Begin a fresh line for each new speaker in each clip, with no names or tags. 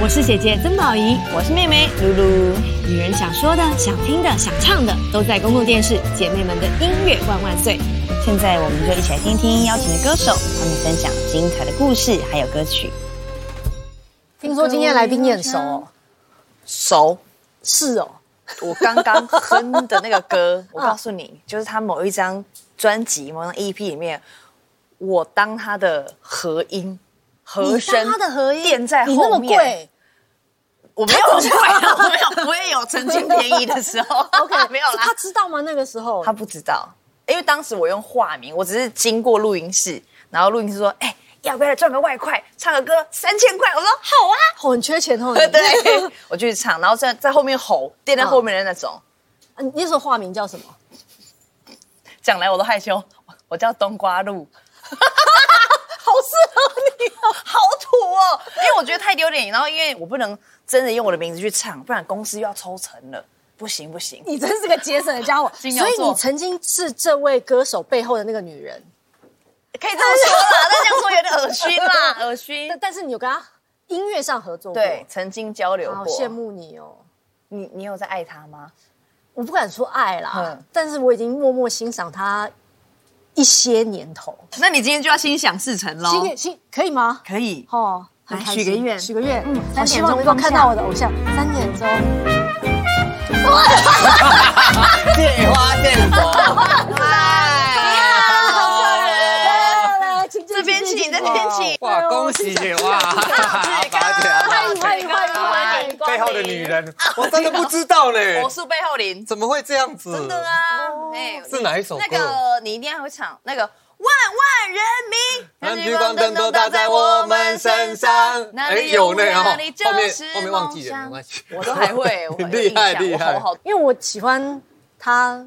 我是姐姐曾宝仪，
我是妹妹露露。
女人想说的、想听的、想唱的，都在公共电视。姐妹们的音乐万万岁！
现在我们就一起来听听邀请的歌手，他们分享精彩的故事还有歌曲。
听说今天来宾你很熟哦，
熟。
是哦，
我刚刚哼的那个歌，我告诉你，就是他某一张专辑、某张 EP 里面，我当他的和音、和声，
你当他的和音
垫在
你那
后
么
面。
贵，
我没有很贵啊，我没有，我也有曾经便宜的时候。OK，没有啦
他。知道吗？那个时候
他不知道，因为当时我用化名，我只是经过录音室，然后录音师说：“哎、要不要来赚个外快，唱个歌三千块？”我说：“好啊。”
哦很缺钱 哦，你
对，我就去唱，然后在在后面吼，垫在后面的那种。
啊你那时候化名叫什么？
讲来我都害羞，我我叫冬瓜 露，
好适合你哦，
好土哦，因为我觉得太丢脸，然后因为我不能真的用我的名字去唱，不然公司又要抽成了，不行不行。
你真是个节省的家伙。所
金牛座
以你曾经是这位歌手背后的那个女人，
可以这么说啦，但这样说有点恶心啦， 恶心
但。但是你有跟他音乐上合作过，
对，，曾经交流
好
过。
羡慕你哦。
你，你有在爱他吗？
我不敢说爱啦
嗯，
但是我已经默默欣赏他一些年头。
那你今天就要心想事成喽
今年今可以吗？
可以。
哦，
来
很开心
许个愿
许个愿，嗯，
三
好
点
希望
钟
能够
放
看
下
到我的偶像。三点钟，
借花献佛，
来来来来，请
这边
请
请，
请
这
请
边请。
哇，恭喜哇！
欢迎欢迎欢迎欢迎！
背后的女人，我真的不知道呢，
魔术背后灵，
怎么会这样子？
真的啊，哎，
哦是哪一首歌
那个你一定要会唱那个万万人民，
聚光灯都打在我们身上。
哪里有
呢
我
哦，
哪里就
后面
是
后面忘记了，没
梦
关系。
我都还会，我有
厉害
印象
厉害
我好好
因为我喜欢他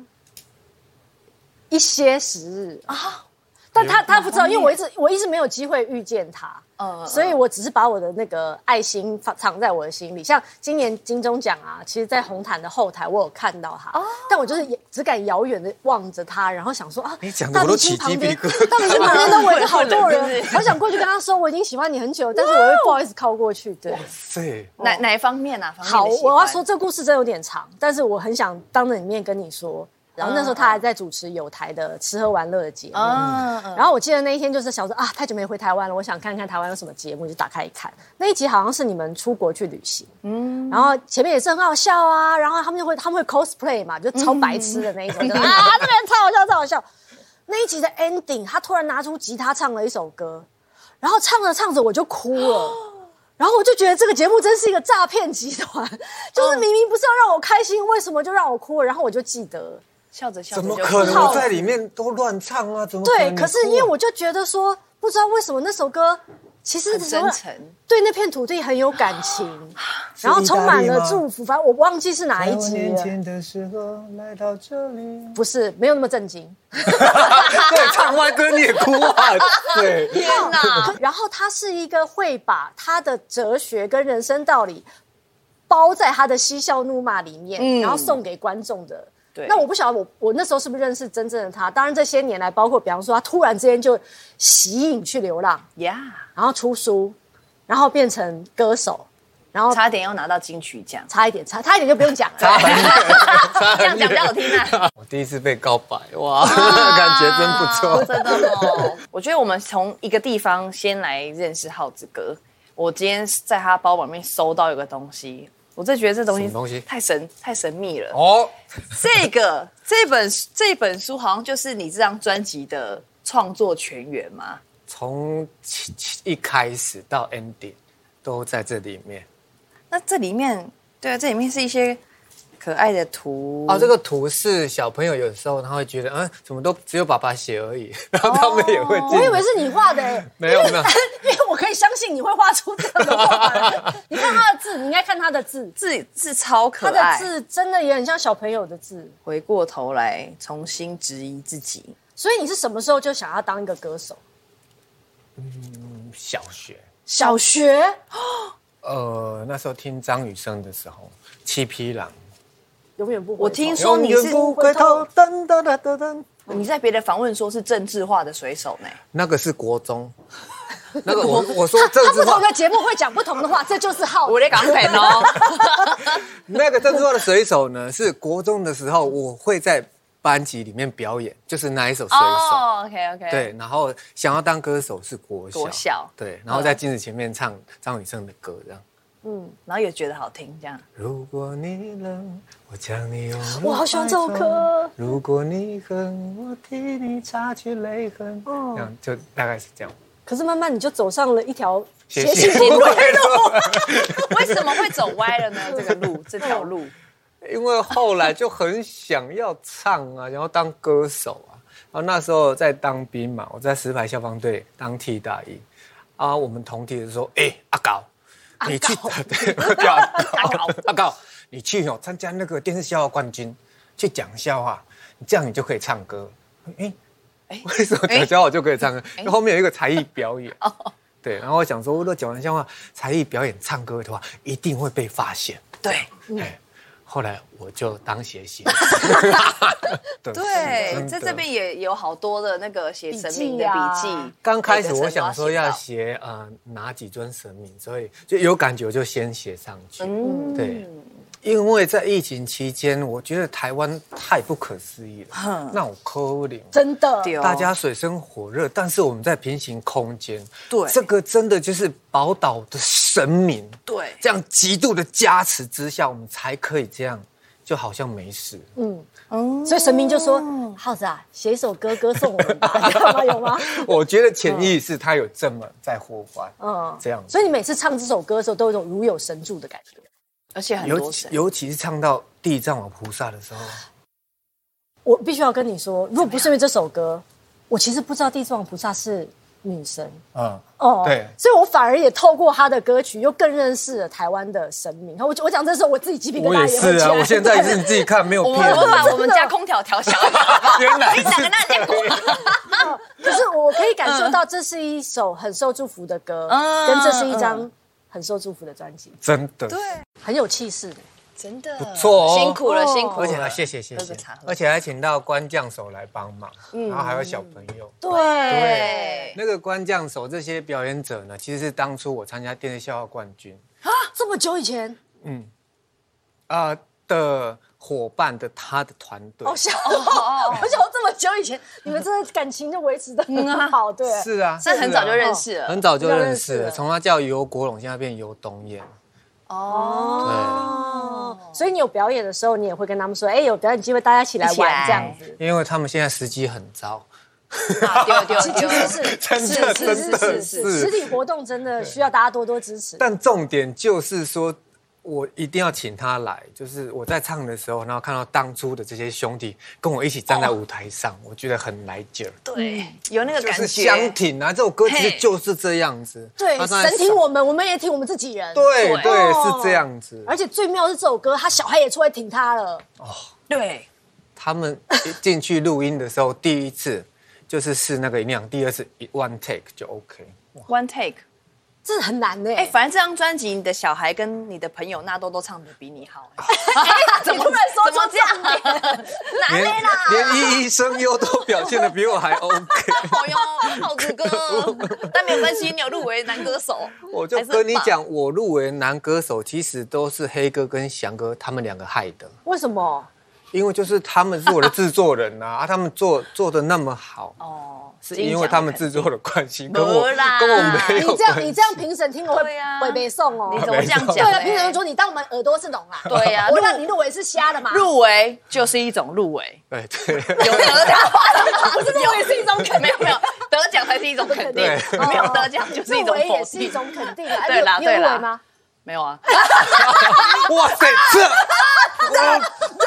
一些时日啊，但他他不知道，因为我一直我一直没有机会遇见他。
嗯嗯
所以我只是把我的那个爱心放藏在我的心里。像今年金钟奖啊，其实，在红毯的后台我有看到他，但我就是也只敢遥远的望着他，然后想说啊，
你讲的我都起鸡皮疙瘩
大明星旁边都围着好多
会冷
人，我想过去跟他说我已经喜欢你很久，但是我又不好意思靠过去。对，
是
哪哪一方面啊？方面的
好，
喜欢
我要说这故事真有点长，但是我很想当着你面跟你说。然后那时候他还在主持有台的吃喝玩乐的节目，
嗯嗯
然后我记得那一天就是想说啊，太久没回台湾了，我想看看台湾有什么节目，就打开一看，那一集好像是你们出国去旅行，嗯，然后前面也是很好笑啊，然后他们就会他们会 cosplay 嘛，就超白痴的那一种，就啊这边超好笑，超好笑。那一集的 ending，他突然拿出吉他唱了一首歌，然后唱着唱着我就哭了。然后我就觉得这个节目真是一个诈骗集团，就是明明不是要让我开心，为什么就让我哭了？然后我就记得，
笑着笑着
怎
就
么可能？
哭
我在里面都乱唱啊？怎么
对。可是因为
我
我就觉得说，不知道为什么那首歌其实
很真诚，
对那片土地很有感情，然后充满了祝福。反正我忘记是哪一集
年
了，
前的时候来到这里，
不是没有那么震惊。
对，唱歪歌你也哭啊？对，
天哪！
然后他是一个会把他的哲学跟人生道理包在他的嬉笑怒骂里面，
嗯
然后送给观众的。
对
那我不晓得我我那时候是不是认识真正的他？当然这些年来，包括比方说他突然之间就息影去流浪，
呀，
然后出书，然后变成歌手，然后
差点要拿到金曲奖，
差一点差差一点就不用讲了。
差很远，差
这样
很
讲比较好
远。
听啊。
我第一次被告白，哇，感觉真 不错。
真的哦。我觉得我们从一个地方先来认识浩子哥。我今天在他包包里面搜到一个东西，我真的觉得这东
什
西
么东西
太神太神秘了。
哦，
这个这本这本书好像就是你这张专辑的创作全员吗？
从起起一开始到 ending 都在这里面。
那这里面，对啊，这里面是一些可爱的图
哦，这个图是小朋友有时候他会觉得，嗯，怎么都只有爸爸写而已， 然后他们也会进。
我以为是你画的、欸，
没有没有，
因为我可以相信你会画出这样的画来。你看他的字，你应该看他的字，
字字超可
他的
爱。
字真的也很像小朋友的字。
回过头来重新质疑自己，
所以你是什么时候就想要当一个歌手？
小学，
小学
呃，那时候听张雨生的时候，《七匹狼
永远不回头
我听》，说你
永
是
远不回头，噔噔噔噔噔，
你在别的访问说是政治化的水手呢。
那个是国中，那个 我我说政
他
治
不同
化，
的节目会讲不同的话，这就是好。
我在港台哦，
那个政治化的水手呢，是国中的时候我会在班级里面表演，就是那一首水手。
哦，OK OK，，
对，然后想要当歌手是国小，嗯
国小
对，然后在镜子前面唱张雨生的歌，这样。
然后也觉得好听，这样
如果你冷，我将你拥入
我好喜欢这首
怀中
歌。
如果你恨，我替你擦去泪痕。
哦
这样就大概是这样。
可是慢慢你就走上了一条
谢
写信
谢。
路。
为什么会走歪了呢？这个 路，这条路，
因为后来就很想要唱啊，然后当歌手啊。然后那时候在当兵嘛，我在石牌消防队当替大役。啊，我们同梯的说：“哎、阿搞，你去，对，我叫阿搞，阿搞，你去哦，参加那个电视笑话冠军，去讲笑话，你这样你就可以唱歌。哎、为什么讲笑话就可以唱歌？那后面有一个才艺表演。对，然后我想说，如果讲完笑话，才艺表演唱歌的话，一定会被发现。
对
哎，后来我就当 写写。对
对，在这。边也有好多的那个写神明的笔
笔记
记哎
啊。
刚开始我想说要
写。
写
哦
呃哪几尊神明，所以就有感觉我就先写上去。
嗯
对，因为在疫情期间，我觉得台湾太不可思议了，那种扣零。
真的，
对哦
大家水深火热，但是我们在平行空间。
对
这个真的就是宝岛的神明，
对
这样极度的加持之下，我们才可以这样，就好像没事。
嗯所以神明就说：“耗子啊，写一首歌歌颂我们吧，你知道吗？有吗？”
我觉得潜意识他有这么在呼唤，
嗯
嗯，这样子。
所以你每次唱这首歌的时候，都有一种如有神助的感觉。
而且很
尤
多
其
神，
尤其是唱到地藏王菩萨的时候，
我必须要跟你说，如果不是因为这首歌，我其实不知道地藏王菩萨是女神
嗯，
哦。
对
所以我反而也透过她的歌曲，又更认识了台湾的神明。我我讲这时候，我自己鸡皮疙
我
瘩
也
也会
是
起
啊，
来。
我现在是你自己看 没有
我
骗
们我把
人，
我们家空调调小一点，
原来
哪个那家
可是我可以感受到，这是一首很受祝福的歌，
嗯
跟这是一张很受祝福的专辑，
真的，
很有气势的。啊
真的不
错哦
辛苦了
哦
辛苦了，
而且啊还谢谢谢
喝
谢
个茶，嗯喝
而且还请到官将手来帮忙，然后还有小朋友。对，那个官将手这些表演者呢，其实是当初我参加电视笑话冠军
这么久以前，
啊、呃的伙伴的他的团队
哦
好。笑， 我想这么久以前，你们真的感情就维持的
嗯
很好，对，
是啊，
但很
是啊
早就认识了
很早就
就认
认
识
识
了
了，从他叫尤国龙，现在变尤东彦。
哦，
哦，所以你有表演的时候，你也会跟他们说，哎，有表演机会，大家一起来
一起来
玩这样子。
因为他们现在时机很糟，
啊丢丢丢，
真的
是
真
是
的
是
是
实体活动真的需要大家多多支持。
但重点就是说，我一定要请他来。就是我在唱的时候，然后看到当初的这些兄弟跟我一起站在舞台上，
哦
我觉得很来劲儿，
对，有那个
嗯就
感
是
觉
相，挺啊。这首歌其实
嘿
就是这样子，
对，
他站在
神挺我们，我们也挺我们自己人。
对
对
对
哦
是这样子。
而且最妙的是这首歌，他小孩也出来挺他了。
对，
他们一进去录音的时候，第一次就是试那个音量，第二次一 one take 就 OK。
One Take。
这很难欸呢、
哎，反正这张专辑，你的小孩跟你的朋友纳豆都唱的比你 好。怎么
你突然说
怎么
出
这哎样？
连连医生优都表现的比我还 OK。
好 哟，好哥 哥，但没有关系，你有入围男歌手。
我就跟你讲，我入围男歌手其实都是黑哥跟翔哥他们两个害的，
为什么？
因为就是他们是我的制作人呐、啊， 他们做做的那么好，
哦，
是因为他们制作的关系，跟我
没啦
跟我
你
没有
这样，
关
你
系。
这样评审听了会
对啊
会被送哦。
你怎么这样
没
讲
对
呢？
啊，评审就说你当我们耳朵是聋啦。
对啊
我
入
让你入围是瞎的嘛。
入围就是一种入围，
对对
有得奖，
不是入围是一种肯定，
没有没有得奖才是一种肯定，
对
没有得奖就是一
入
种
围
否
也是一
定。
种肯定啊。
对啦
你有你有
对
入
啦
围吗？
没有啊，
哇塞， 这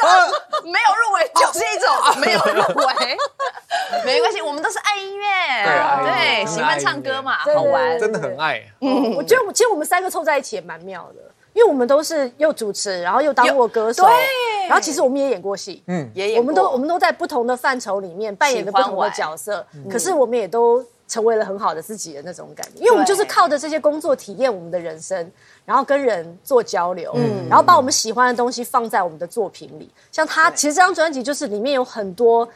我
没有入围就是一 种哦没有入围， 没关系，我们都是爱音乐，
啊爱
对，
音乐
喜欢唱歌嘛，
对
好玩
啊，真的很爱。
我觉得我其实我们三个凑在一起也蛮妙的，因为我们都是又主持，然后又当过歌手，
有对
然后其实我们也演过戏，嗯
嗯，
也演过
我们都我们都在不同的范畴里面扮演着不同的角色，
嗯
可是我们也都成为了很好的自己的那种感觉，因为我们就是靠着这些工作体验我们的人生，然后跟人做交流，
嗯
然后把我们喜欢的东西放在我们的作品里，像他其实这张专辑就是里面有很多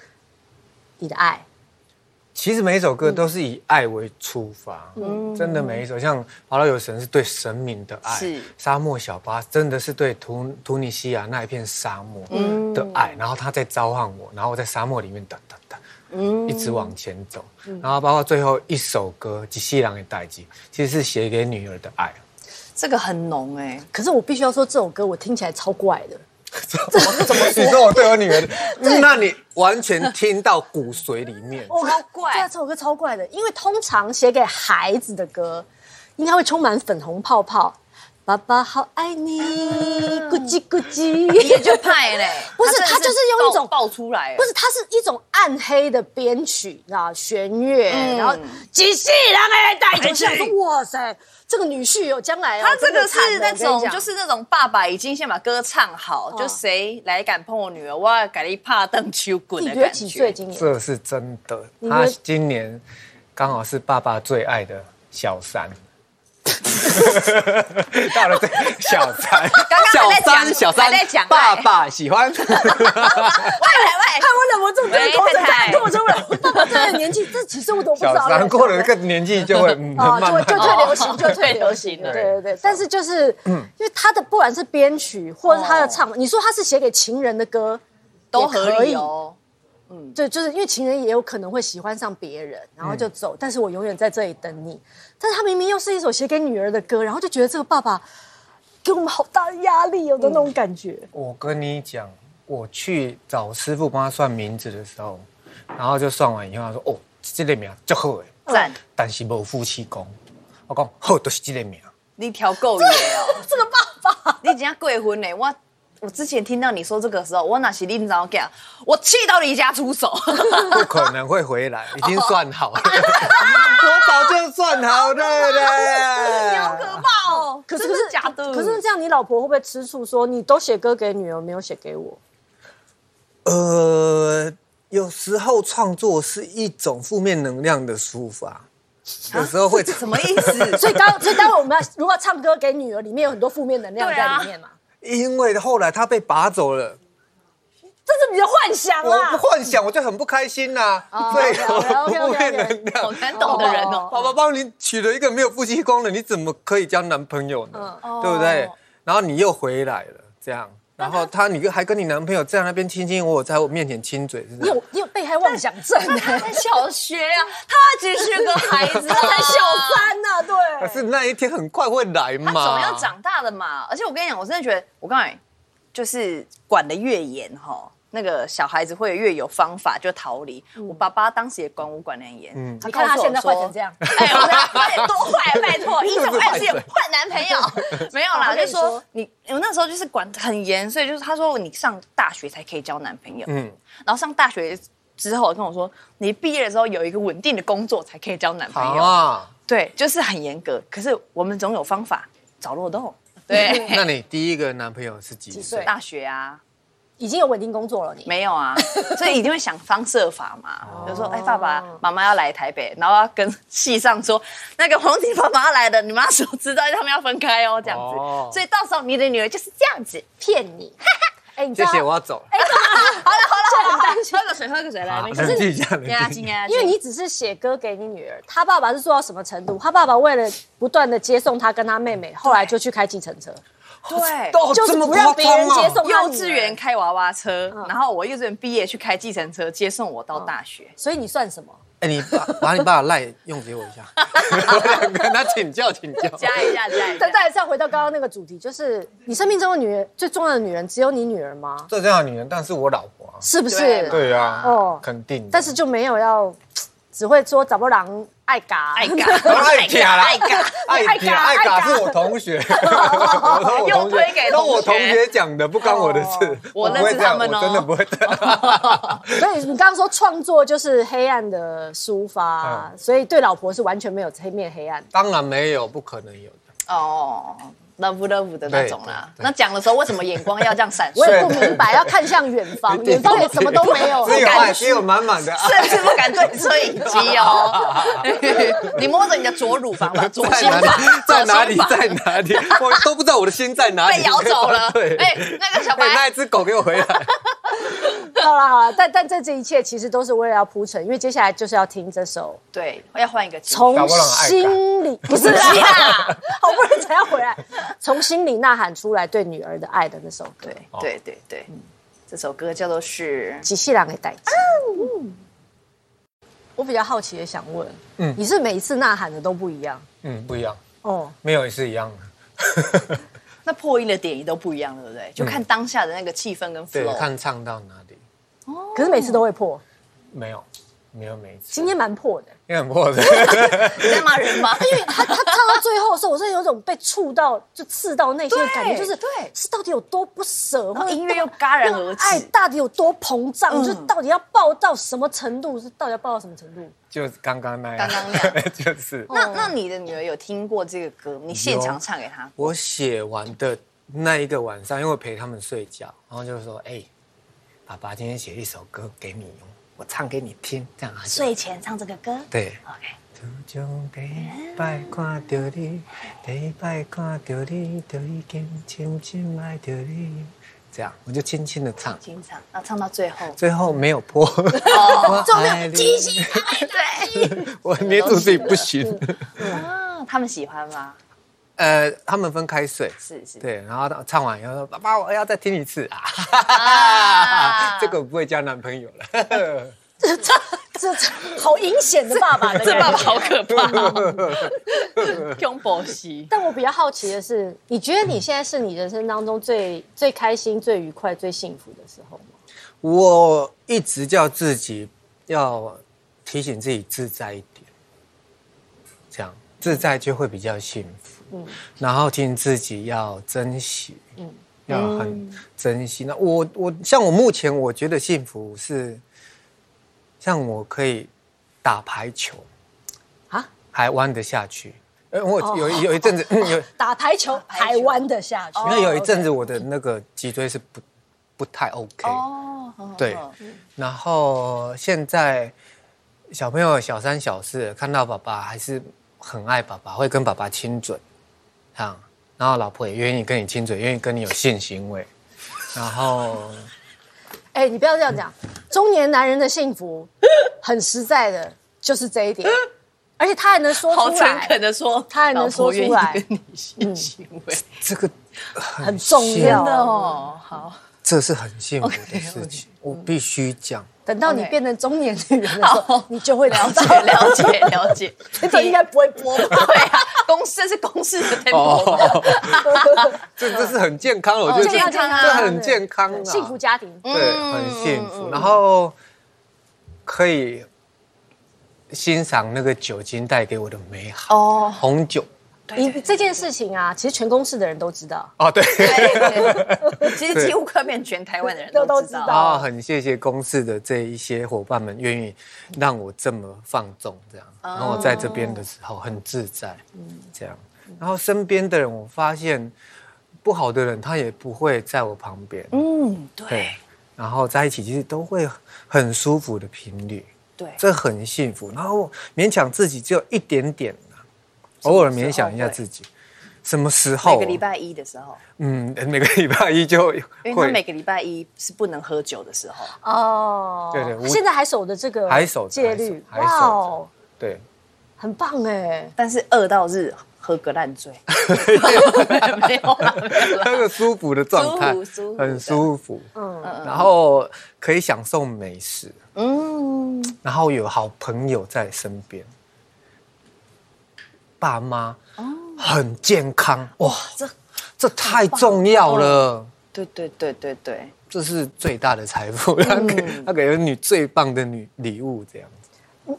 你的爱。
其实每一首歌都是以爱为出发，嗯，真的每一首，像《跑到有神》是对神明的爱，
是
沙漠小巴真的是对图图尼西亚那一片沙漠的爱，然后他在召唤我，然后我在沙漠里面哒哒哒，一直往前走，然后包括最后一首歌《吉西郎的代际》，其实是写给女儿的爱，
这个很浓哎、
可是我必须要说，这首歌我听起来超怪的。
怎么 你说我对我女儿的，那你完全听到骨髓里面，
我
超怪
对啊，这首歌超怪的，因为通常写给孩子的歌，应该会充满粉红泡泡。爸爸好爱你，咕叽咕叽。
嗯 也就派嘞，
不是
真的
他就是用一种
爆爆出来欸，
不是，它是一种暗黑的编曲，你知道弦乐，
嗯
然后几细然后来带进去，我想说哇塞，这个女婿有将来哦，
哎他这
真
个
的惨
是
了我
那
跟你
种，
讲哦
就是那种爸爸已经先把歌唱好，就谁来敢碰我女儿，我要给你怕邓秋滚
你
的
女儿
感
几岁
觉。
今年？
这是真的。
你
他
们
今年刚好是爸爸最爱的小三，到了这小三，
刚
小
还在讲
三，小三
还在讲，
爸爸喜欢。
喂
看我忍不住这个口水差点吐出来，我 爸爸这个年纪，这几岁我都不知
小
道。
三过了这个年纪就会，嗯，
哦，
慢慢
就就退流行，就退
退
流
流
行
行
了。
了
对对对，但是就是，因为他的不管是编曲或者是他的唱法，你说他是写给情人的歌，
哦都合理哦。
对，就是因为情人也有可能会喜欢上别人，然后就走，但是我永远在这里等你。但是他明明又是一首写给女儿的歌，然后就觉得这个爸爸给我们好大的压力哦的那种感觉。
我跟你讲，我去找师傅帮他算名字的时候，然后就算完以后，他说：“哦，这个名足好诶，欸
嗯
赞，
但是无夫妻宫。”我讲：“好，就是这个名。”
你调够远哦，这个爸爸，你今天贵婚呢？我我之前听到你说这个时候，我哪是你怎讲？我气到离家出走。
不可能会回来，已经算好了，我早就算好了嘞。
怕哦！
可是
真
可
的
是
假的？
可是这样，你老婆会不会吃醋说你都写歌给女儿，没有写给我？
呃，有时候创作是一种负面能量的抒发，有时候会
什么意思？
所以当 所以待会我们要如果要唱歌给女儿，里面有很多负面能量
对啊
在里面嘛，
因为后来他被拔走了，
这是你的幻想
我
啊。
幻想我就很不开心呐，所以我
OK，OK，OK，OK
负面能
好
量。
难懂的人哦。
爸爸帮你娶了一个没有夫妻宫的，你怎么可以交男朋友呢？
嗯
对不对
哦？
然后你又回来了，这样，然后他你还跟你男朋友在那边亲亲我我，在我面前亲嘴，是这
你
样。
有你有被害妄想症 啊，
在小学呀、他只是个孩 子，啊他
小
才小三。
三呐，啊对
可。是那一天很快会来嘛，
他总要长大的嘛。而且我跟你讲，我真的觉得，我告诉你，就是管的越严哈，那个小孩子会越有方法就逃离。我爸爸当时也管我管得很严，
嗯
嗯你看他
告诉我
现在坏
说
成这样，
哎，我说快点多坏，拜托，一种爱情换男朋友没有
我
啦，
跟
就
你说
说你，我那时候就是管得很严，所以就是他说你上大学才可以交男朋友，
嗯，
然后上大学之后跟我说，你毕业的时候有一个稳定的工作才可以交男朋 友。
啊。
对，就是很严格。可是我们总有方法找漏洞。对，
那你第一个男朋友是几
几岁
岁？
大学啊，
已经有稳定工作了，你
没有啊，所以一定会想方设法嘛。就说，哎，爸爸妈妈要来台北，然后要跟系上说，那个黄婷妈妈要来的，你们要说知道他们要分开哦，这样子。
哦
所以到时候你的女儿就是这样子。
骗你。哎，你知
谢
道
谢，我要走啊了。
这很担心
喝。个水，喝个水，来，
好
没事
冷静一下，冷
压
静
惊
一下。
压惊。
因为你只是写歌给你女儿，她爸爸是做到什么程度？她爸爸为了不断的接送她跟她妹妹，后来就去开计程车，
对。
哦
哎就是不让别人接送她
幼
女儿
稚园。开娃娃车，然后我幼稚园毕业去开计程车接送我到大学。
所以你算什么？
哎，你把把你爸的赖用给 我一下，我想跟他请教请教。
加一下，加一下
但。再还是要回到刚刚那个主题，就是你生命中的女人最重要的女人只有你女儿吗？
最重要的女人，但是我老婆啊。
是不
对
是？
对啊，
哦
哦，肯定的。，
但是就没有要，只会说找不郎爱嘎
爱嘎
爱嗲啦，
爱嘎，
爱
爱
嗲，爱
嘎
嘎是我同学， 我都 我
又推给同学
都我同学讲的，不关我的事。
我
不会这样
认识他们哦
我真的不会这样。
所以你刚刚说创作就是黑暗的抒发，所以对老婆是完全没有黑面黑暗的。
当然没有，不可能有的。
哦，love love 的那种啦。
对对
那讲的时候为什么眼光要这样闪
我也
烁？
不明白，要看向远方，
对
远方也什么都没 有，
只有
不敢
爱，只有满满的啊爱。
甚至不敢对摄影机哦。你摸着你的左乳房吧，左心
在哪
房，
里在哪里
左心房
在哪里？我都不知道我的心在哪里。
被咬走了
。对，
哎，那个小
哎 那
白
一只狗给我回来。
好了好了，但但这这一切其实都是为了要铺陈，因为接下来就是要听这首
对，要换一个情绪。
从心里不是啦，好不容易才要回来，从心里呐喊出来对女儿的爱的那首歌
对，对对对，这首歌叫做是
几细郎给带。嗯我比较好奇也想问，
嗯
你是每一次呐喊的都不一样
嗯，不一样，
哦？
没有也是一样的。
那破音的点也都不一样，对不对？就看当下的那个气氛跟
对
flow。
看唱到哪里，
可是每次都会
哦
破，
没有，没有每一次，
今天蛮破的。
也很破的。
你在骂人吗？因为
他他唱到最后的时候，我真的有种被触到，就刺到内心的感觉，
对
就是
对
是到底有多不舍，
然
或
后
者
音乐又
到底
戛然
那个
而嗯止
爱到底有多膨胀，就是到底要爆到什么程度，是到底要爆到什么程度？
就是刚刚那样，
刚刚
就是
那那你的女儿有听过这个歌？你现场唱给她？
我写完的那一个晚上，因为我陪他们睡觉，然后就说：“哎、爸爸今天写一首歌给你用，我唱给你听，这样好。”啊
睡前唱这个歌。
对。
OK，
自从第一摆看到你，第一摆看到你，就已经深深爱着你。这样，我就轻轻的唱，
清唱，那唱到最后。
最后没有破。
哦啊
最后
我
没有
哎
爱你
激情，
我捏住自己不行。
啊，他们喜欢吗？
呃，他们分开睡，
是是。
对，然后他唱完以后说：“爸爸，我要再听一次啊！”
啊
这个我不会交男朋友了。
这这好阴险的爸爸的
这
感
爸爸
觉。
好可怕，胸博西。
但我比较好奇的是，你觉得你现在是你人生当中最最开心、最愉快、最幸福的时候吗？
我一直叫自己要提醒自己自在一点，这样自在就会比较幸福。然后提醒自己要珍惜，要很珍惜。那我我像我目前我觉得幸福是，像我可以打排球，
啊，
还弯得下去。呃，我有有一阵子嗯有
打排球哦还弯得下去，
因为有一阵子我的那个脊椎是不不太 OK，、
哦，好好
对
好，
然后现在小朋友小三小四看到爸爸还是很爱爸爸，会跟爸爸亲嘴，这样，然后老婆也愿意跟你亲嘴，愿意跟你有性行为，然后
哎、你不要这样讲，中年男人的幸福很实在的，就是这一点，而且他还能说
好
出
诚
来，
恳的说，
他还能说出来
老婆愿意跟你性行为，
这个
很重
真
要。
真的哦，好，
这是很幸福的事情，我必须讲。
等到你
OK
变成中年女人的时候
好，
你就会了
了
解
解， 了解了解，
这个应该不会 播吧？
对啊，公司这是公司的 tempo，
哦， 这这是很健康，我
哦
觉得
健
这
康啊
这很健康啊，
对幸福家庭。
对，很幸
嗯
福。然后可以欣赏那个酒精带给我的美好
哦
红酒
你这件事情啊，其实全公司的人都知道，
哦，对。
对，其实几乎快变全台湾的人都
都
知
然
道
都知道，
后啊很谢谢公司的这一些伙伴们愿意让我这么放纵，这样，
哦
然后我在这边的时候很自在，
嗯
这样。然后身边的人，我发现不好的人他也不会在我旁边，
嗯，
对
对，
然后在一起其实都会很舒服的频率，
对，
这很幸福。然后勉强自己只有一点点啊偶尔勉想一下自己，什么时候？
哦每个礼，拜一的时候，
嗯，每个礼拜一就
因为他每
会
个礼拜一是不能喝酒的时候，
哦。
对对我
现在还守着这个
还守着
戒律，
还守还守着
哦，
对，
很棒哎！
但是二到日喝个烂 醉，没有啊啦，没有啦，
那个舒服的状态
舒服 舒，服
很舒服。
嗯，
然后可以享受美食，
嗯，
然后有好朋友在身边，爸妈很健康哇，
哦这
这太重要了。
对对对对对，
这是最大的财富， 他给、
嗯
他给了你最棒的女礼物，这样子，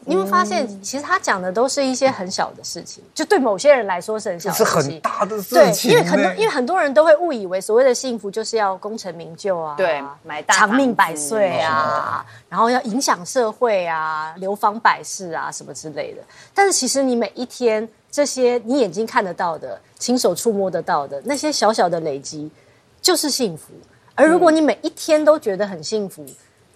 你有没有发现，其实他讲的都是一些很小的事情，就对某些人来说是很小的
这是
事情，
很大的
对
事，情
因为
欸呢。
很多因为很多人都会误以为所谓的幸福就是要功成名就啊，
对买大
长命
房
百
子
岁啊，然后要影响社会啊，流芳百世啊什么之类的。但是其实你每一天这些你眼睛看得到的、亲手触摸得到的那些小小的累积，就是幸福。而如果你每一天都觉得很幸福，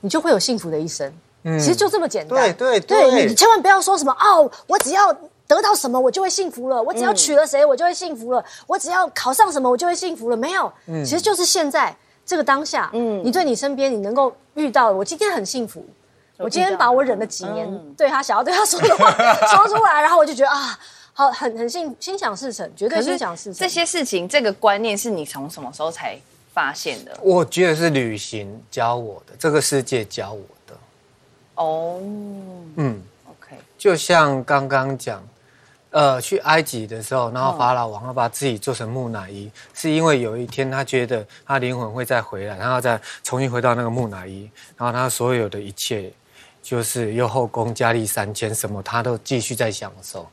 你就会有幸福的一生。其实就这么简单。
对对对
对，你千万不要说什么哦，我只要得到什么我就会幸福了，我只要娶了谁我就会幸福了，我只要考上什么我就会幸福了。没有，其实就是现在这个当下，嗯，你对你身边你能够遇到的，我今天很幸福。我今天把我忍了几年对他想要对他说的话说出来，然后我就觉得啊，好，很很心心想事成，绝对心想事成。
这些事情，这个观念是你从什么时候才发现的？
我觉得是旅行教我的，这个世界教我的。
哦
嗯，
，OK，
就像刚刚讲，呃，去埃及的时候，然后法老王要把自己做成木乃伊，是因为有一天他觉得他灵魂会再回来，然后再重新回到那个木乃伊，然后他所有的一切，就是又后宫佳丽三千什么，他都继续在享受，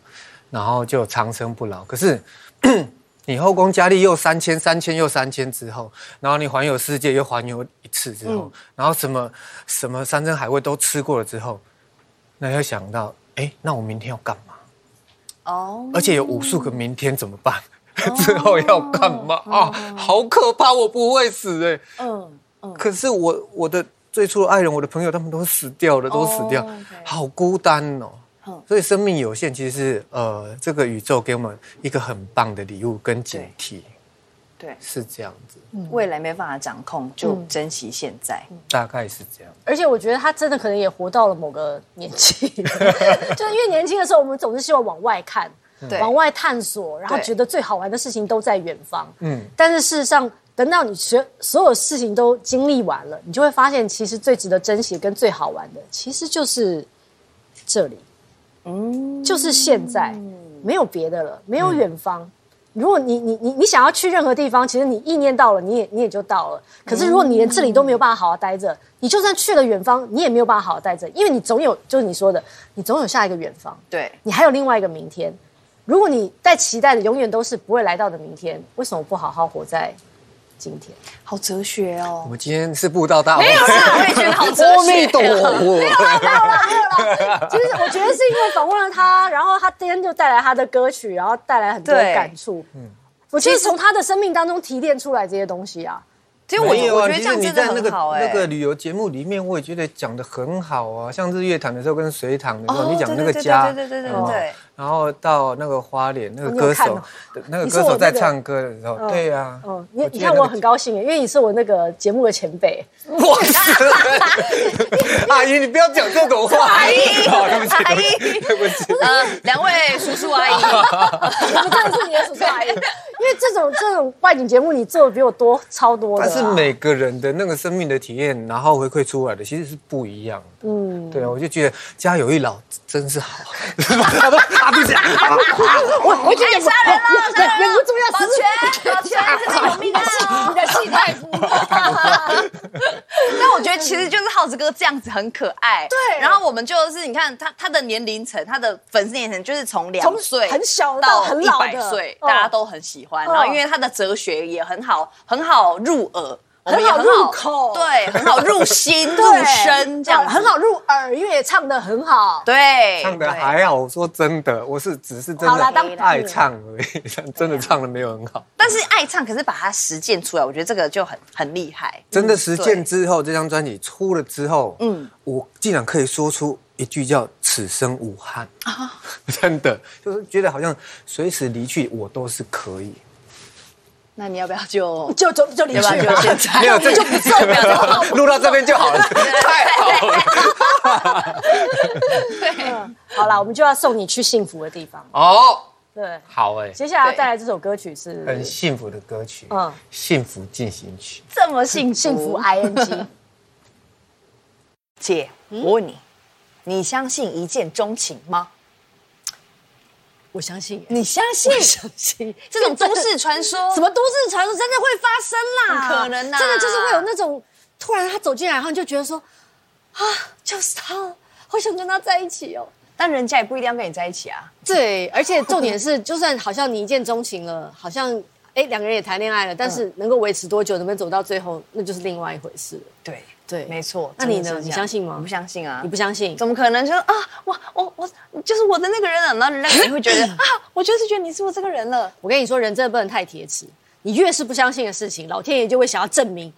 然后就长生不老。可是。 你后宫佳丽又三千，三千又三千之后，然后你环游世界又环游一次之后，然后什么什么山珍海味都吃过了之后，那要想到，哎，那我明天要干嘛？
哦，
而且有无数个明天怎么办？ 之后要干嘛啊？好可怕！我不会死哎、
哦嗯，
可是我我的最初的爱人，我的朋友，他们都死掉了，都死掉，
哦 OK
好孤单哦
嗯。
所以生命有限，其实是呃，这个宇宙给我们一个很棒的礼物跟警惕，
对，
是这样子，
未来没办法掌控，就珍惜现在。
大概是这样。
而且我觉得他真的可能也活到了某个年纪，就是因为年轻的时候，我们总是希望往外看，
对
往外探索，然后
对
觉得最好玩的事情都在远方。
嗯，
但是事实上，等到你学所有事情都经历完了，你就会发现，其实最值得珍惜跟最好玩的，其实就是这里，嗯，就是现在，没有别的了，没有远方。如果你你你你想要去任何地方，其实你意念到了，你也你也就到了。可是如果你连这里都没有办法好好待着，你就算去了远方，你也没有办法好好待着，因为你总有就是你说的，你总有下一个远方。
对，
你还有另外一个明天。如果你在期待的永远都是不会来到的明天，为什么不好好活在今 天？
好哲学
我
哦。
们今天是布道大王，
我也觉得好哲
阿
学。啊
弥陀佛。
其实我觉得是因为访问了他，然后他今天就带来他的歌曲，然后带来很多
对
感触。嗯，我就是从他的生命当中提炼出来这些东西啊。
其实我
没有
我
啊
觉得
其
这
实
样
你
真的
在那个
很好哎。
那个旅游节目里面，我也觉得讲的很好啊，像日月潭的时候跟水塘的时候，
哦
你讲那个
对对对
家，
对对对对
有没有
对
然后到那个花莲那个
哦你有
歌
看
手
哦，
那个
你是
歌
我
手在
那个
唱歌的时
哦
候，对呀，
嗯，你
记
你
啊得
看
那
我
个
很高兴耶，因为你是我那个节目的前辈。
哇 塞！阿姨，你不要讲这种话。阿
哎
姨，对不起，
阿姨
对不起。
哎 呃，两位叔叔 阿姨，哎
我真的是你的叔叔阿姨， 因为这种这种外景节目你做的比我多超多的、啊。
但是每个人的那个生命的体验，然后回馈出来的其实是不一样的。嗯，对啊，我就觉得家有一老真是好。 啊，对不起，啊
我我觉得杀人了，
杀人了
我怎么要
保全，保全，这是有命案哦。
你的戏太敷
但我觉得其实就是耗子哥这样子很可爱。
对
然后我们就是你看他他的年龄层，他的粉丝年龄层就是从两岁
从很小到
到
很
一
老的
百岁，
嗯
大家都很喜欢。然后因为他的哲学也很好，很好入耳，我们也
很好入口
对，很好入心 入
对
身这样子
很。好入耳，因为也唱的很好。
对，
唱的
对
还好，我说真的，我是只是真
好
的
啦当然
爱唱而已，但真的唱的没有很好。
但是爱唱，可是把它实践出来，我觉得这个就很很厉害。
真的实
嗯对
践之后，这张专辑出了之后，嗯，我竟然可以说出一句叫“此生无憾”啊， 真的就是觉得好像随时离去我都是可以。
那你要不要 就
就就就离
要不
去
要就
吧。
现在？
没 有，这
就 不重要就好
录到这边就好了，太好了。
好啦，我们就要送你去幸福的地方。
哦，
对，
好哎，
接下来
对
带来这首歌曲是
很幸福的歌曲，嗯，
嗯
《幸福进行曲》。
这么幸
幸福 ing。
姐，我问你，你相信一见钟情吗？
我相信
你相信
相信
这种都市传说？
什么都市传说真的会发生啦？
不可能啊
真的就是会有那种突然他走进来，然后你就觉得说啊，就是他了，好想跟他在一起哦。
但人家也不一定要跟你在一起啊。
对，而且重点 是，就算好像你一见钟情了，好像哎两个人也谈恋爱了，但
嗯
是能够维持多久，能不能走到最后，那就是另外一回事了。
对
对
没错。
那你
真的
呢
是这样
你相信吗
我不相信啊
你。不相信？
怎么可能？就是啊，我我我就是我的那个人了，然后人家可能会觉得 啊，我就是觉得你是我这个人了。
我跟你说，人真的不能太铁齿，你越是不相信的事情，老天爷就会想要证明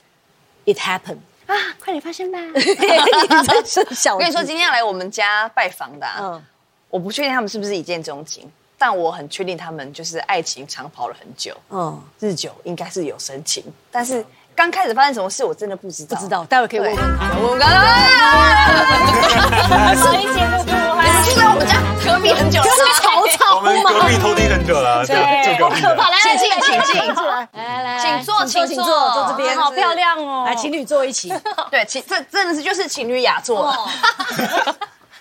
it happened。
啊，快点发生吧！
你真是小子
我跟你说，今天要来我们家拜访的、啊，
嗯
我不确定他们是不是一见钟情，但我很确定他们就是爱情长跑了很久，
嗯，
日久应该是有深情，但是。刚开始发生什么事，我真的不知道。
不知道，待会可以问问他。
我们刚 刚，所以节目你去到我们家隔壁很久了，
好吵
我们隔壁偷听很久了，对，就隔壁的。
请进，请进，
来来，
请坐，请坐，坐这边，
好漂亮
哦
来情侣坐一起。
对，情这真的是就是情侣雅座了。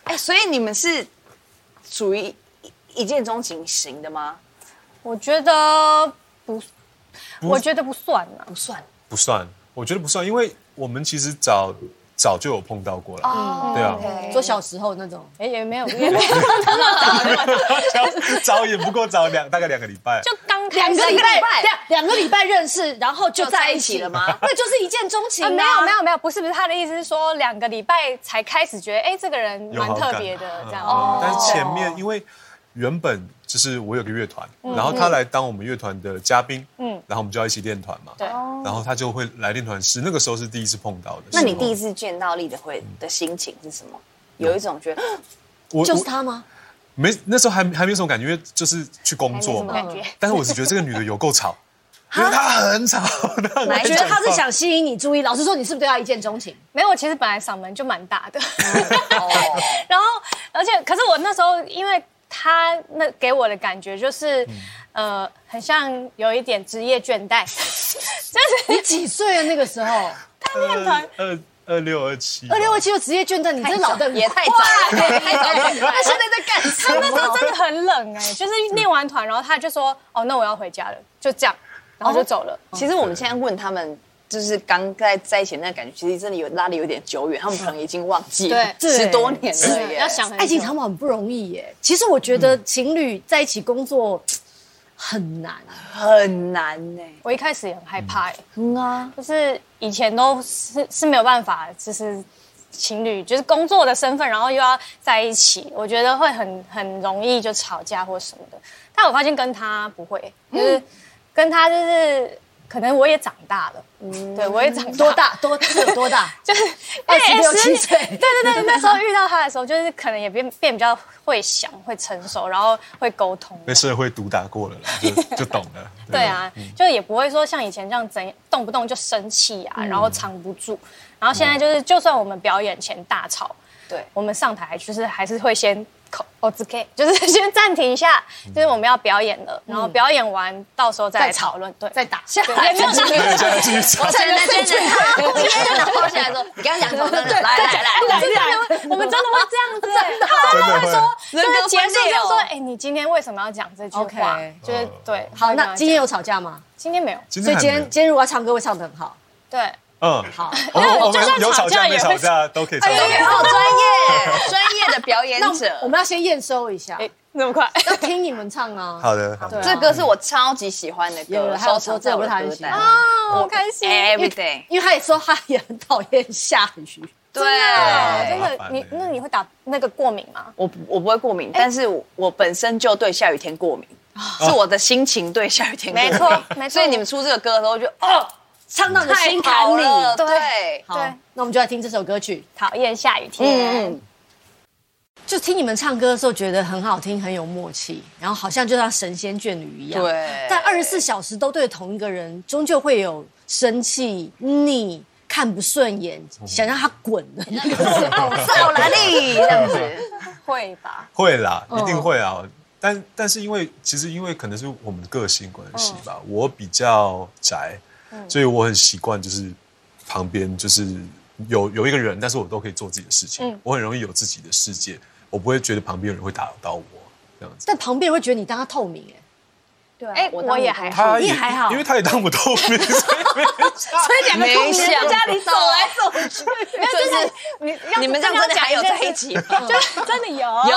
哎，所以你们是属于一一见钟情型的吗？
我觉得不，我觉得不算啊。
不算，
不算，我觉得不算，因为我们其实早早就有碰到过了，
哦
对啊，
说小时候那种，
哎，也没有，也没有，
早也不过早两大概两个礼拜，
就刚开始
两个礼拜
两两个礼拜认识，然后就
就
在
在
一
一
起
起
了
了
吗
吗？
那就是一见钟情
啊
啊。
没有没有没有，不是不是，他的意思是说两个礼拜才开始觉得，哎，这个人
有
蛮
好感啊
特别的这样。
嗯
哦，
但是前面因为原本就是我有个乐团，
嗯
然后他来当我们乐团的嘉宾，嗯，然后我们就要一起练团嘛，
对，
然后他就会来练团师，那个时候是第一次碰到的。
那你第一
次
次见到丽的会的心情是什么？有一种觉得
我
就是
我
他吗？
没那时候还还没什么感觉，因为就是去工作
还
嘛
没什么感觉，
但是我只觉得这个女的有 够吵，因为她很吵， 她
我
很
觉得他是
吵
想吸引你注意。老实说，你是不是对他一见钟情？
没有，我其实本来嗓门就蛮大的， 然后而且可是我那时候因为。他那给我的感觉就是，呃，很像有一点职业倦怠， 就是
你几岁啊？那个时候，
二二二六二七，
二六二七就职业倦怠，你这老的
也太早了，太早了。 那现在在干
他
什
那时候
么？
真的很冷哎、就是练完团，然后他就说：“哦，那我要回家了。”就这样，然后就走了。
其实我们现在问他们，就是刚在在一起那感觉，其实真的有拉的有点久远，他们可能已经忘记了
对
十多年了
是
耶。
要想很久
爱情长跑很不容易耶。其实我觉得情侣在一起工作很难，
很难呢。
我一开始也很害怕哎、嗯啊，就是以前都是是没有办法，就是情侣就是工作的身份，然后又要在一起，我觉得会很很容易就吵架或什么的。但我发现跟他不会，
嗯
就是跟他就是可能我也长大了，嗯，对我也长大
多大多有多大？
就是
二十六
因为
七
10
岁
对对对，那时候遇到他的时候，就是可能也变变比较会想、会成熟，然后会沟通。
被社会毒打过了啦，就就懂 了。
对啊，就也不会说像以前这样怎动不动就生气啊，然后藏不住。然后现在就是，就算我们表演前大吵，
对
我们上台就是还是会先口 o k 就是先暂停一下，就是我们要表演了，然后表演完到时候再来讨论，对，再打下来，也没有
对
对，现在继续吵
我。现在真的，我今天就坐下来说，你刚刚讲什么？来来来来，
我们真的 会这样子、欸，
真的会
就是结束就说
哦，
哎、你今天为什么要讲这句话
OK
就是对。
啊
好，那
他
今
会这样
天有吵架吗？
今天没有，
今
所以
天
今
还没
天今天如果要唱歌，会唱得很好。
对，
嗯
好，
我们我
就算
们有吵
吵架
架没
也
吵
会哎
架都可以吵
专
架。
业专业的表演
那我们我
者，
们要先验收一下
哎、，那 么快，
要听你们唱啊。
好的，好的。
这歌是我超级喜欢的
有
歌，
了，还有
收
说
藏
这
在
不
我
是
的
他很
歌
喜欢，
哦
单。哎
好开心。
Everyday，
因为他也说他也很讨厌下雨。
对，真
麻
的，哦
烦
你
欸
那你会打那个过敏吗？
我不我不会过敏，但是我我本身就对下雨天过敏，是我的心情对下雨天过敏。
没错没错
所以你们出这个歌的时候，我就哦，
唱到你的
太
心坎
好
里。
了，
对
对，
好
对，
那我们就来听这首歌曲。
讨厌下雨天。
嗯嗯，
就听你们唱歌的时候，觉得很好听，很有默契，然后好像就像神仙眷侣一样。
对
但二十四小时都对同一个人，终究会有生气、腻、看不顺眼、
嗯
想让他滚的 那个时候。
到哪里这样子？
嗯 会吧？
会啦，
嗯
一定会啊。但但是因为其实因为可能是我们个性关系吧，
嗯
我比较宅，所以我很习惯就是旁边就是有有一个人，但是我都可以做自己的事情，
嗯
我很容易有自己的世界，我不会觉得旁边有人会打扰到我这样子。
但旁边人会觉得你当他透明、哎，
对，
哎、我也还好，
他
嗯
也还好
因为他也当不透明，所以
没
没
啊想到
家里走来
走 去，没有真的，
你
你们这样真的还有在一起哦吗？
就 真的有，
有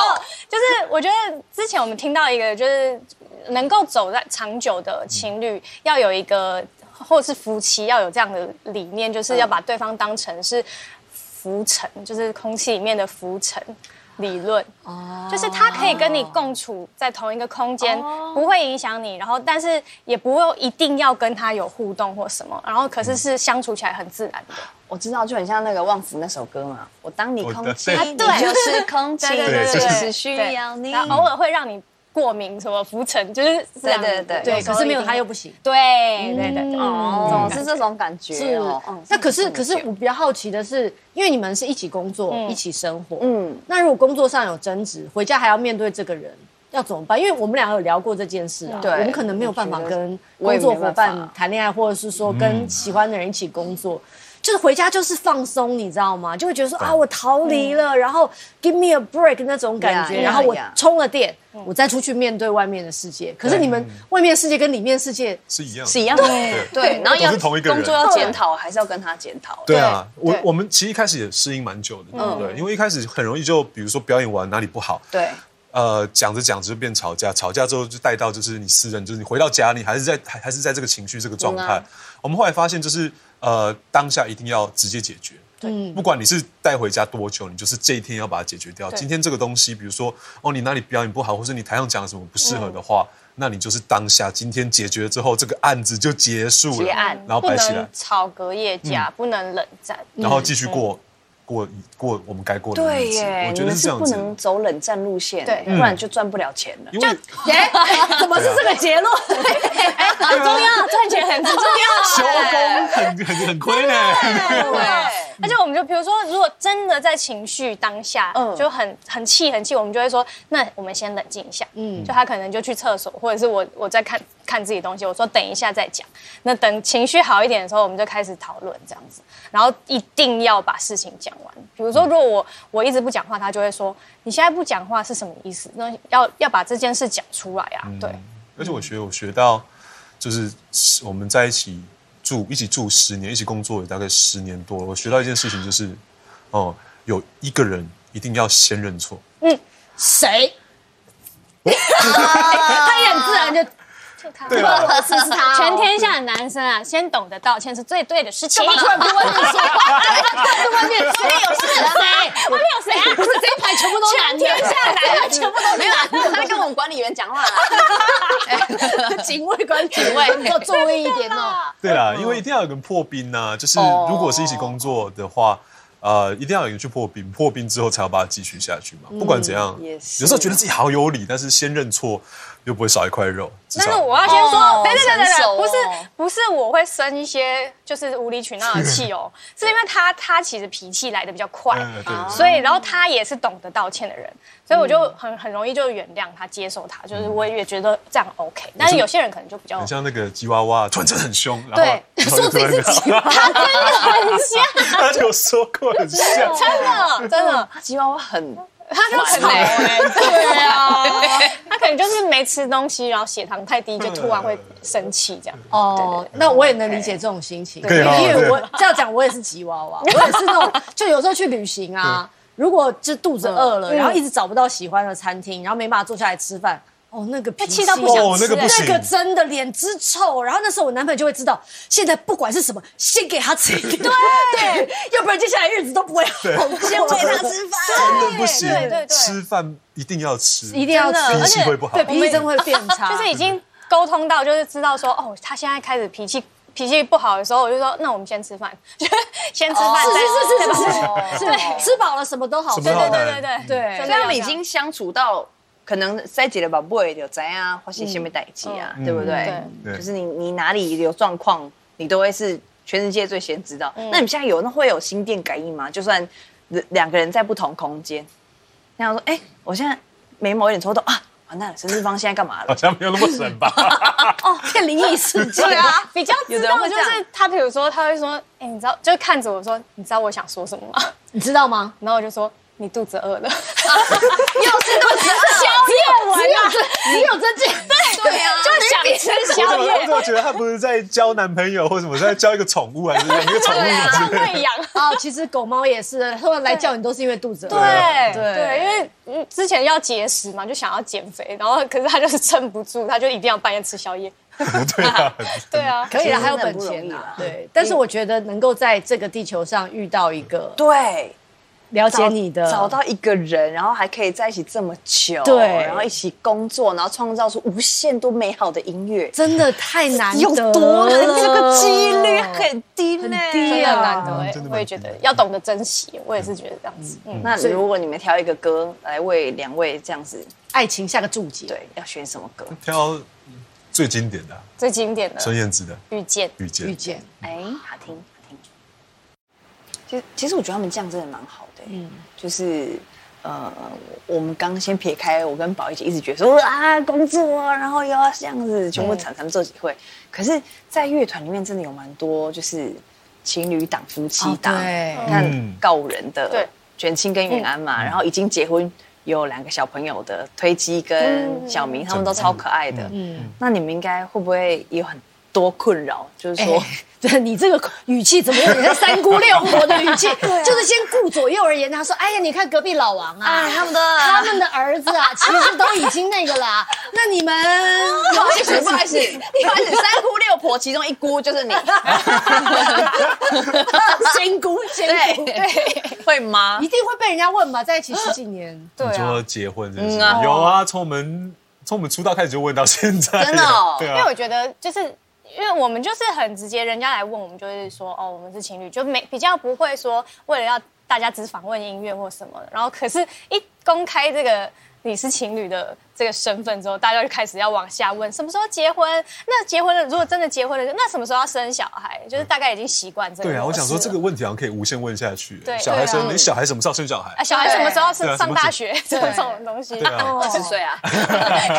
就是我觉得之前我们听到一个，就是能够走在长久的情侣，要有一个或是夫妻要有这样的理念，就是要把对方当成是浮尘，就是空气里面的浮尘。理论哦，就是他可以跟你共处在同一个空间，不会影响你，然后但是也不会一定要跟他有互动或什么，然后可是是相处起来很自然的。
我知道，就很像那个旺子那首歌嘛，我当你空气，
我的
你就是空气，
对
对对
只
对
是需要你。
然后偶尔会让你过敏、什么浮尘，就是这样
对对对
对，可是没有他又
不
不行。
对对对对
哦，总是这种感觉
是
哦。嗯，
那可是可是我比较好奇的是，因为你们是一起工作、
嗯
一起生活，
嗯
嗯，那如果工作上有争执，回家还要面对这个人，要怎么办？因为我们俩有聊过这件事啊，
对
我们可能没有办法跟
我觉
工
得
作伙
我也没办
伴
法
谈恋爱，或者是说跟喜欢的人一起工作。就是回家就是放松，你知道吗？就会觉得说啊，我逃离
嗯
了，然后 give me a break 那种感觉
Yeah, yeah,
然后我
yeah.
充了电
嗯
我再出去面对外面的世界。可是你们外面世界跟里面世界
是一样的
是一样的，对，然后
都
要
是同一个人
工作要检讨，还是要跟他检讨。
对啊，
对
我
对嗯
我们其实一开始也适应蛮久的，对不对？因为一开始很容易就，比如说表演完哪里不好，
对，
呃，讲着讲着就变吵架，吵架之后就带到就是你私人，就是你回到家，你还是在还还是在这个情绪这个状
啊
态。我们后来发现就是呃，当下一定要直接解决。对，不管你是带回家多久，你就是这一天要把它解决掉。今天这个东西，比如说哦，你哪里表演不好，或是你台上讲了什么不适合的话，
嗯
那你就是当下今天解决之后，这个案子就结束了，
结案
然后
不
摆起
啊
来
能，吵隔夜
嗯
架，不能冷战。
然后继续过、过过我们该过的
对
日子。
耶，
我
你
觉得
们
是这
是
样
不
子，嗯
能走冷战路线，
对
不然就赚不了钱了。
因为
怎么是
啊
这个结论？
很重要，赚钱很重要。
修 工很很很亏呢。
对，
而且我们就比如说，如果真的在情绪当下，
嗯
就很很气很气，我们就会说，那我们先冷静一下，嗯，就他可能就去厕所，或者是我我在看看自己东西，我说等一下再讲。那等情绪好一点的时候，我们就开始讨论这样子，然后一定要把事情讲完。比如说，如果我我一直不讲话，他就会说你现在不讲话是什么意思？那要要把这件事讲出来啊，对。
而且我学我学到，就是我们在一起住一起住十年，一起工作也大概十年多了。我学到一件事情就是，哦、有一个人一定要先认错。
谁？他也很自然就
对
啊
吧？
全天下的男生 啊，先懂得道歉是最对的事情。
突然不外面说话，是外面外面有是 谁？
外面有谁啊？
不是这一排全部都
全天下男人全部都
没有啊，他在跟我们管理员讲话啊。
的 警卫官警
卫
要注意一点哦。
对啦，因为一定要有个人破冰呐、就是
哦
如果是一起工作的话。呃，一定要有人去破冰，破冰之后才要把它继续下去嘛。不管怎样，
也
有
是
时候觉得自己好有理，但是先认错又不会少一块肉。至
但是
少
我要先
哦
说，对对对对
成熟
对，
哦
不是不是，我会生一些就是无理取闹的气 哦，是因为他他其实脾气来的比较快，
嗯对对
所以哦然后他也是懂得道歉的人，所以我就很很容易就原谅他，接受他，就是我也觉得这样 OK。但是有些人嗯可能就比较
很像那个吉娃娃，突然真的很凶，然后
对
然后就突然
说自己是吉
然后
很像，
他就说过很像，
真的真的，
吉娃娃很
他就
烦
吵
欸
对啊，他可能就是没吃东西，然后血糖太低，就突然会生气这样。
哦，那我也能理解这种心情，
可以哦
因为
对
我这样讲，我也是吉娃娃，我也是那种，就有时候去旅行啊，如果就肚子饿了，然后一直找不到喜欢的餐厅，然后没办法坐下来吃饭，哦，那个脾气
气到不想吃
哦那个不行
那个真的脸之臭。然后那时候我男朋友就会知道，现在不管是什么，先给他吃一点，对对， 要不然接下来日子都不会好过。先喂他吃饭，
真的不行
对对对，
吃饭一定要吃，
一定要吃，
脾气会不好
对，。脾气真会变差。
就是已经沟通到，就是知道说，哦，他现在开始脾气脾气不好的时候，我就说，那我们先吃饭，先吃饭，再
哦是是是是
再
是是，对，吃饱了什么都好
什。么
对
都好
对对
谈
对对
对
真
所
的
以他们
要
已
这样
经相处到可能在几个宝贝有怎样，啊或是什么代际啊，
嗯
对不对？
对
就是你你哪里有状况，你都会是全世界最先知道。
嗯
那你们现在有那会有心电感应吗？就算两两个人在不同空间，那样说，哎、我现在眉毛有点抽动啊，完蛋了，陈志芳现在干嘛
好
了？
像没有那么神 吧？
哦变灵异事件，
哦对啊，
比较
有
知
的人
道
会
就
这样
是他，比如说他会说，哎，你知道，就看着我说，你知道我想说什么吗？
你知道吗？
然后我就说，你肚子饿了，
只
啊
有这，只有这件，
对啊，就想吃
我怎
宵
么 我
夜
怎，么觉得他不是在交男朋友或什么，是在交一个宠物啊还是养一个宠物之类的？
喂养。
啊，其实狗猫也是，他们来叫你都是因为肚子饿。
对
对啊
对，因为嗯之前要节食嘛，就想要减肥，然后可是他就是撑不住，他就一定要半夜吃宵夜。
对啊，
对啊，
可以
其
了，
实
还有
真的
本
不容
钱
易
啊
啦。
对，但是我觉得能够在这个地球上遇到一个
对，
了
找
解你的，
找到一个人，然后还可以在一起这么久，
对
然后一起工作，然后创造出无限多美好的音乐，
真的太难
有
得了，
多难？哦这个几率很低
很低
呢，
真的
啊
很难得哎、
真的蛮
我也觉得要懂得珍惜，我也是觉得这样子。嗯，
那如果你们挑一个歌来为两位这样子
爱情下个注解。
对，要选什么歌？
挑最经典的啊
最经典的
孙燕姿的《
嗯遇见，
遇见
遇》。见
哎，好听，好听。其实，其实我觉得他们这样真的蛮好的、嗯，就是呃，我我们刚先撇开我跟宝仪姐一直觉得说啊，工作啊，然后又要这样子，全部常常做几会。可是，在乐团里面真的有蛮多就是情侣档、夫妻档，
对
你看
嗯
告五人的
对
卷青跟远安嘛，然后已经结婚。有两个小朋友的推机跟小明，他们都超可爱的。嗯，那你们应该会不会有很多困扰？就是说，
哎 这你这个语气怎么有点像三姑六婆的 语气？
啊
就是先顾左右而言他，说：“哎呀，你看隔壁老王啊，
哎，他们的
他们的儿子啊，其实都已经那个了 啊。那你们
不好意 思，不好意思，不好意思，三姑六婆其中一姑就是你，
仙姑仙
对
姑，
对， 会吗
一？定会被人家问吧？在一起十几年，
对
你
啊哦
说。结婚这件事
嗯啊
情，有啊，从我们从我们出道开始就问到现在，
真的哦
对
因为
啊，
我觉得就是因为我们就是很直接，人家来问我们就会说哦，我们是情侣，就没比较不会说为了要大家只访问音乐或什么的。然后可是，一公开这个你是情侣的这个身份之后，大家就开始要往下问什么时候结婚，那结婚了，如果真的结婚了，那什么时候要生小孩？就是大概已经习惯这个模
对
式了。
啊，我想说这个问题好像可以无限问下去。
对
小孩
对啊
生，你小孩什么时候生小孩
啊，？小孩什么时候是
对啊什
上
么时
大学这种东西？
对啊，
二十岁啊，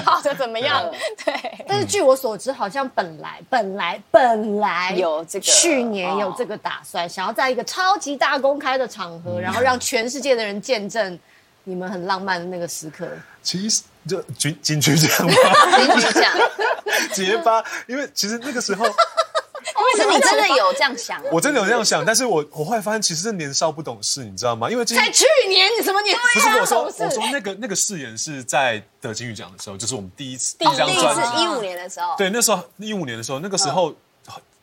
考的怎么样？对，
但是据我所知，好像本来本来本来
有这个哦
去年有这个打算，想要在一个超级大公开的场
嗯
合，然后让全世界的人见证你们很浪漫的那个时刻。
其实就金金曲奖嘛，
跟你讲，
结巴，因为其实那个时候。
哦可是你真的有这样想啊？
我真的有这样想，但是我我后来发现，其实是年少不懂事，你知道吗？因为今天
哎，去年你什么年？
不是我说，我说那个那个誓言是在得金曲奖的时候，就是我们第一次第一张
第一
专
次
辑，
一五年的时候，
对，那时候一五年的时候，那个时候、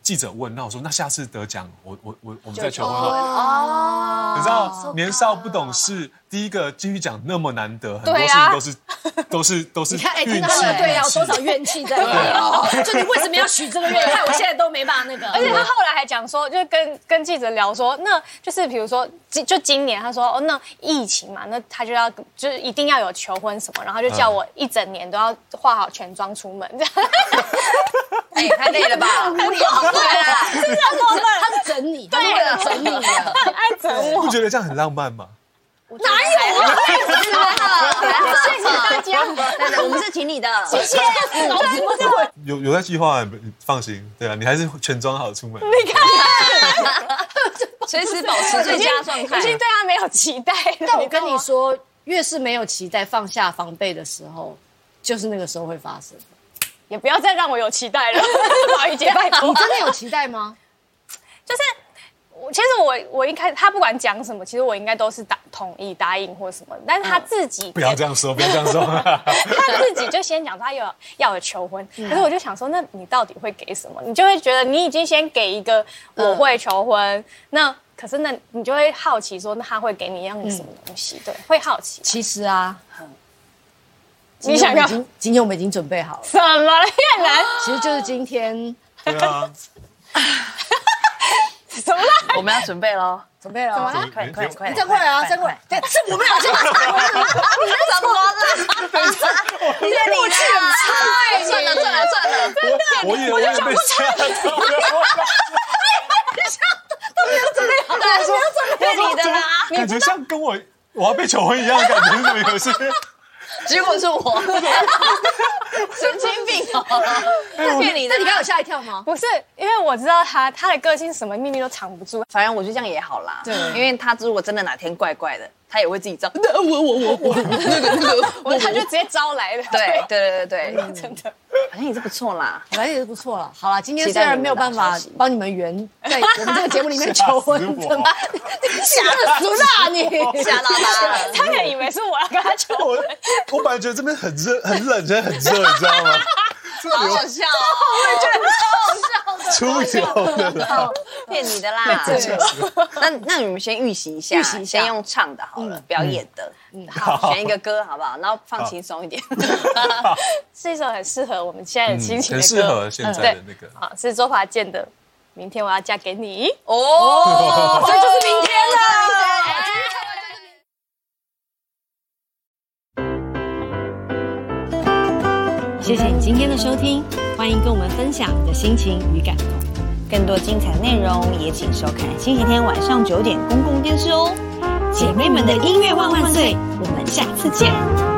记者问，那我说那下次得奖，我我我我们再求婚好了。
哦，
你知道年少不懂事，第一个金曲奖那么难得，很多
对
事
啊
情都是、都是都是
你看，哎，听
运
到他
气
们的对啊，
运
有
气
多少怨气在里面哦？就你为什么要许这个愿？害我现在都没办法那个。
哎
而且他后来还讲说，就是跟跟记者聊说，那就是比如说，今就今年他说哦，那疫情嘛，那他就要就是一定要有求婚什么，然后他就叫我一整年都要化好全妆出门， 这样
哎，太累了吧？ 啊
他是整你，他是为了整你的。
爱整我
不。觉得这样很浪漫吗？
啊
谢谢大家，
对对，我们是请你的，谢谢。
有有在计划，你放心，对啊，你还是全装好出门。
随时保持最佳状态
已。经对他没有期待了。
但我跟
你
你说，越是没有期待、放下防备的时候，就是那个时候会发生。
也不要再让我有期待了，宝仪姐，拜托。
哦你真的有期待吗？
就是我其实我我一开始他不管讲什么，其实我应该都是答同意答应或什么，但是他自己、
不要这样说，不要这样说。
他自己就先讲说他有 要有求婚，
嗯
可是我就想说，那你到底会给什么？你就会觉得你已经先给一个
嗯
我会求婚，那可是那你就会好奇说，那他会给你一样什么东
嗯
西？对，会好奇。
其实啊，
你想要
今天我们已经今天我们已经准备好了，
什么了？越南
啊
其实就是今天
对啊，
什么了？
我们要准备喽，
准备了。
对
快快快，
再过来啊，再过来！对，是我们俩先把啊
你的默契很差，算了
啊
算了算了。
我我也我也被吓到了，
对你的啦，
感觉像跟我我要被求婚一样，感觉是怎么回事？
结果是我， 神经病哦，骗你的
那你刚有吓一跳吗？
不是，因为我知道他他的个性什么秘密都藏不住，
反正我觉得这样也好啦，对，因为他如果真的哪天怪怪的，他也会自己知道，那 我我我我那个那个，
嗯
嗯
我他就直接招来了。
对对对对对，
真的。
好像也是不错啦，
反正也是哎不错了。好了，今天
期
虽
待
然
你们
没有办
的消
法
息
帮你们圆在我们这个节目里 面求婚，
吓死我
怎么吓死啦你！
吓到他 了。
他可能以为是我要跟他求
我
婚，
我本来觉得这边很热，很冷，现在很热，你知道吗？
好好笑哦，
出油的啦，
骗你的啦！那那你们先预习一下，嗯
预习一下
先用唱的好了，表演的，
好
选一个歌好不好？然后放轻松一点。
是一首很适合我们现在的心情的歌，
嗯很适合现在的那
对。
个
啊，是周华健的《明天我要嫁给你》。
哦，这就是明天了。
谢谢你今天的收听，欢迎跟我们分享你的心情与感动。
更多精彩内容也请收看星期天晚上九点公共电视哦。
姐妹们的音乐万万岁，我们下次见。